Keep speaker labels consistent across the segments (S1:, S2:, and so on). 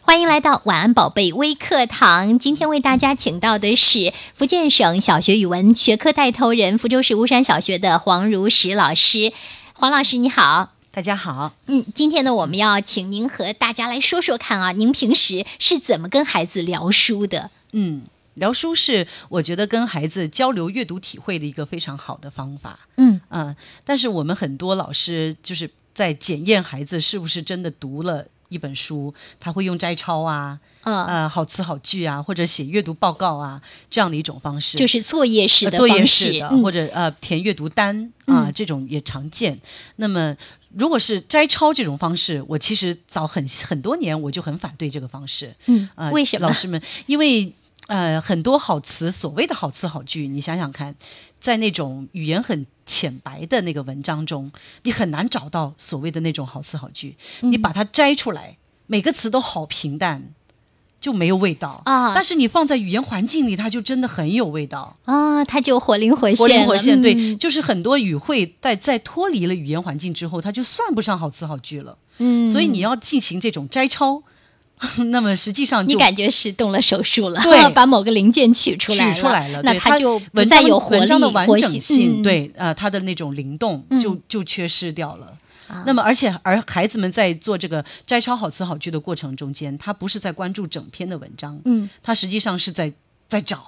S1: 欢迎来到晚安宝贝微课堂。今天为大家请到的是福建省小学语文学科带头人、福州市巫山小学的黄如石老师。黄老师，你好。
S2: 大家好，
S1: 嗯，今天呢，我们要请您和大家来说说看啊，您平时是怎么跟孩子聊书的？
S2: 嗯，聊书是我觉得跟孩子交流阅读体会的一个非常好的方法，
S1: 嗯
S2: 嗯、但是我们很多老师就是在检验孩子是不是真的读了一本书，他会用摘抄啊，
S1: 呃，
S2: 呃，好词好句啊，或者写阅读报告啊这样的一种方式，
S1: 就是作业式
S2: 呃
S1: 的
S2: 作业
S1: 方
S2: 式
S1: 式，
S2: 的，
S1: 嗯
S2: 或者呃填阅读单啊、
S1: 嗯
S2: 这种也常见。那么如果是摘抄这种方式，我其实早很很多年我就很反对这个方式。
S1: 嗯，
S2: 呃，
S1: 为什么
S2: 老？师们，因为呃，很多好词，所谓的好词好句，你想想看，在那种语言很浅白的那个文章中，你很难找到所谓的那种好词好句。你
S1: 嗯
S2: 把它摘出来，每个词都好平淡，就没有味道
S1: 啊
S2: 但是你放在语言环境里，它就真的很有味道。
S1: 啊，他就活灵活现了，
S2: 活灵活现，对，
S1: 嗯
S2: 就是很多语汇在在脱离了语言环境之后，它就算不上好词好句了。
S1: 嗯，
S2: 所以你要进行这种摘抄， 那么实际上
S1: 你
S2: 就
S1: 感觉是动了手术了，
S2: 对
S1: 把某个零件取出来
S2: 取出来了，
S1: 那
S2: 对
S1: 它就不
S2: 文
S1: 再
S2: 章
S1: 有活
S2: 文章的
S1: 力、
S2: 完
S1: 活
S2: 整
S1: 性，
S2: 性，
S1: 嗯，
S2: 对，呃，它的那种灵动
S1: 嗯
S2: 就就缺失掉了。
S1: 啊
S2: 那么，而且而孩子们在做这个摘抄好词好句的过程中间，他不是在关注整篇的文章，
S1: 嗯
S2: 他实际上是在在找，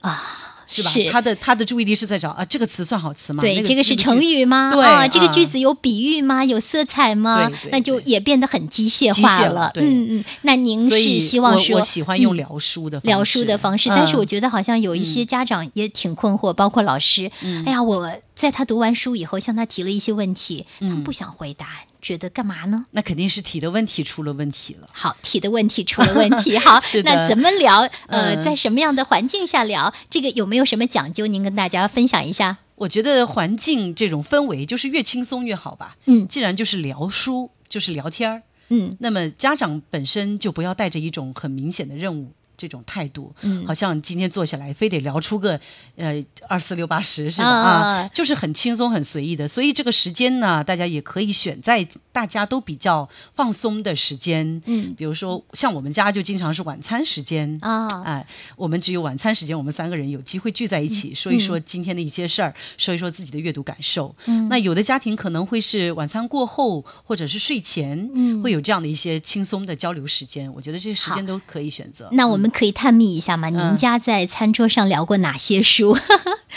S1: 啊，
S2: 是吧？他的他的注意力是在找啊，这个词算好词吗？
S1: 对，
S2: 那个
S1: 这个是成。
S2: 那句
S1: 语吗？
S2: 对
S1: 啊，这个
S2: 啊
S1: 句子有比喻吗？有色彩吗
S2: 对？对
S1: 那就
S2: 对
S1: 也变得很机械
S2: 机
S1: 化
S2: 械了对
S1: 嗯嗯，那您
S2: 所
S1: 是
S2: 以
S1: 希望
S2: 我
S1: 说
S2: 我喜欢用
S1: 嗯
S2: 聊书的方
S1: 聊书的方式，但是我
S2: 嗯
S1: 觉得好像有一些家长也挺困惑，包括老师。
S2: 嗯
S1: 哎呀，我在他读完书以后，向他提了一些问题，他们
S2: 嗯
S1: 不想回答，觉得干嘛呢？
S2: 那肯定是题的问题出了问题了。
S1: 好，提的问题出了问 题。好
S2: 是，
S1: 那
S2: 的
S1: 怎么聊？呃，
S2: 嗯
S1: 在什么样的环境下聊？这个有没有什么讲究？您跟大家分享一下。
S2: 我觉得环境这种氛围就是越轻松越好吧。
S1: 嗯
S2: 既然就是聊书，就是聊天儿，
S1: 嗯
S2: 那么家长本身就不要带着一种很明显的任务这种态度，
S1: 嗯
S2: 好像今天坐下来非得聊出个呃二四六八十是吧？
S1: 啊
S2: 啊，就是很轻松很随意的。所以这个时间呢，大家也可以选在大家都比较放松的时间，
S1: 嗯
S2: 比如说像我们家就经常是晚餐时间。
S1: 啊
S2: 哎，我们只有晚餐时间，我们三个人有机会聚在一
S1: 嗯
S2: 起，说一说今天的一些事儿，说一说自己的阅读感受。
S1: 嗯
S2: 那有的家庭可能会是晚餐过后，或者是睡前，
S1: 嗯
S2: 会有这样的一些轻松的交流时间。我觉得这个时
S1: 好
S2: 间都可以选择。
S1: 那我们可以探秘一下吗？您
S2: 嗯
S1: 家在餐桌上聊过哪些 书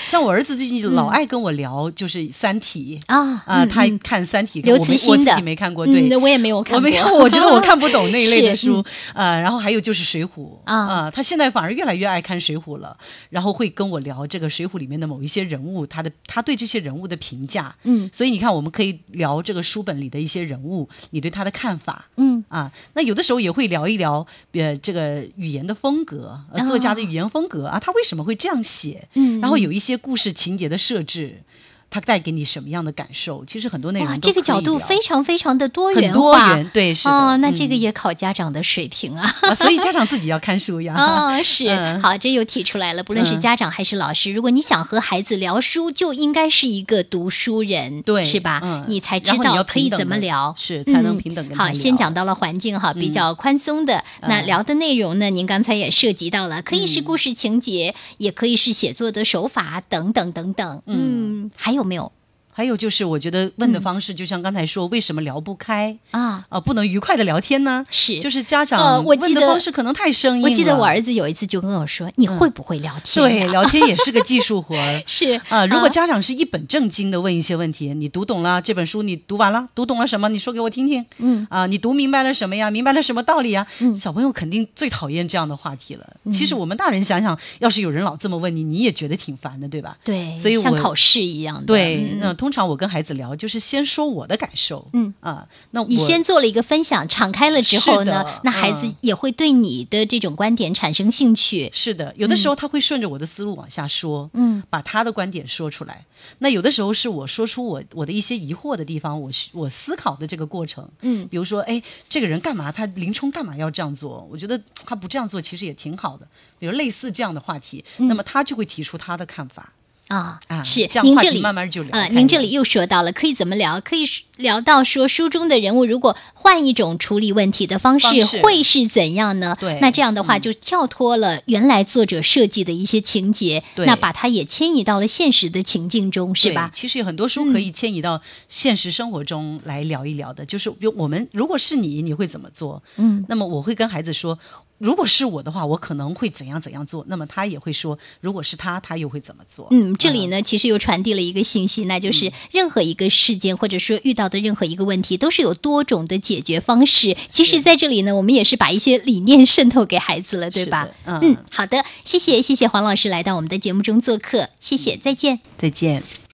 S2: 像我儿子最近就老爱跟我聊，就是《三体》
S1: 嗯啊？
S2: 啊、
S1: 嗯
S2: 他
S1: 嗯
S2: 看《三体》，
S1: 刘
S2: 我没
S1: 慈欣的
S2: 我自己没看过，对。
S1: 嗯，我也没有
S2: 我
S1: 看过
S2: 没。有，我觉得我看不 懂那一类的
S1: 是嗯
S2: 书，呃，然后还有就是《水浒》
S1: 啊
S2: 他现在反而越来越爱看《水浒》了，然后会跟我聊这个《水浒》里面的某一些人物，他的他对这些人物的评价，
S1: 嗯
S2: 所以你看，我们可以聊这个书本里的一些人物，你对他的看法
S1: 嗯
S2: 啊。那有的时候也会聊一聊，呃，这个语言的风格，呃作家的语言风格啊，他为什么会这样写？
S1: 哦嗯，
S2: 然后有一些故事情节的设置，它带给你什么样的感受？其实很多内容
S1: 哇，
S2: 都
S1: 这个
S2: 可以
S1: 角度
S2: 聊
S1: 非常非常的多
S2: 很
S1: 元
S2: 多
S1: 化。
S2: 元，对，是的。
S1: 哦，那这个
S2: 嗯
S1: 也考家长的水平啊！
S2: 啊所以家长自己要看书 呀。
S1: 哦，是
S2: 嗯
S1: 好，这又提出来了。不论是
S2: 嗯
S1: 家长还是老师，如果你想和孩子聊书，就应该是一个读书人，
S2: 对，
S1: 是吧？
S2: 嗯
S1: 你才知
S2: 然后你
S1: 道
S2: 要
S1: 可以
S2: 平等
S1: 怎么
S2: 地
S1: 聊。
S2: 是才能
S1: 嗯
S2: 平等跟他
S1: 好，先
S2: 聊
S1: 讲到了环境哈，比较宽松的。那
S2: 嗯
S1: 聊的内容呢，您刚才也涉及到了，可以是故事情节，也可以是写作的手法等等等等。嗯，还有没有
S2: 还有就是，我觉得问的
S1: 嗯
S2: 方式，就像刚才说，为什么聊不开
S1: 啊？
S2: 啊、不能愉快的聊天呢？
S1: 是，
S2: 就是家
S1: 呃
S2: 长
S1: 我
S2: 问
S1: 记
S2: 的
S1: 得
S2: 方式可能太生硬
S1: 我记得
S2: 了嗯
S1: 我儿子有一次就跟我说：“你会不会聊天、
S2: 对，聊天也是个技术活 儿
S1: 是
S2: 啊。如
S1: 啊
S2: 果家长是一本正经的问一些问题，你读懂了这本书，你读完了，读懂了什么？你说给我听听
S1: 嗯
S2: 啊。你读明白了什么呀？明白了什么道理呀？
S1: 嗯
S2: 啊小朋友肯定最讨厌这样的话题了。其实我们大人想想，要是有人老这么问你，你也觉得挺烦的，对吧？
S1: 对，
S2: 所以
S1: 像
S2: 我
S1: 考试一样的。
S2: 对，
S1: 嗯
S2: 那通常我跟孩子聊，就是先说我的感受，
S1: 嗯
S2: 啊，那我
S1: 你先做了一个分享，敞开了之后
S2: 是的
S1: 呢，那孩子
S2: 嗯
S1: 也会对你的这种观点产生兴趣。
S2: 是的，有的时候他会顺着我的思路往下说，
S1: 嗯
S2: 把他的观点说出来。那有的时候是我说出我我的一些疑惑的地方，我需我思考的这个过程。
S1: 嗯
S2: 比如说，哎，这个人干嘛？他林冲干嘛要这样做？我觉得
S1: 嗯
S2: 他不这样做其实也挺好的。比如类似这样的话题，那么他就会提出他的看法。
S1: 啊
S2: 啊，
S1: 是
S2: 这样
S1: 您
S2: 话
S1: 这
S2: 题
S1: 里
S2: 慢慢就聊
S1: 啊、
S2: 开
S1: 您这
S2: 了
S1: 里又说到了，可以怎么聊？可以聊到说书中的人物，如果换一种处理问题的方式，
S2: 方式
S1: 会是怎样呢？
S2: 对
S1: 那这样的话
S2: 嗯
S1: 就跳脱了原来作者设计的一些情节，
S2: 对
S1: 那把它也迁移到了现实的情境中，是
S2: 对
S1: 吧？嗯
S2: 其实有很多书可以迁移到现实生活中来聊一聊的，就是比如我们如果是你，你会怎么做？
S1: 嗯，
S2: 那么我会跟孩子说，如果是我的话，我可能会怎样怎样做。那么他也会说，如果是他，他又会怎么做？
S1: 嗯，这里呢，其实又传递了一个信息，那
S2: 嗯
S1: 就是任何一个事件，或者说遇到的任何一个问题，都是有多种的解决方式。其实，
S2: 是
S1: 在这里呢，我们也是把一些理念渗透给孩子了，对
S2: 是
S1: 吧
S2: 的？嗯
S1: 嗯，好的，谢谢谢谢黄老师来到我们的节目中做客，谢谢，再见。
S2: 再见。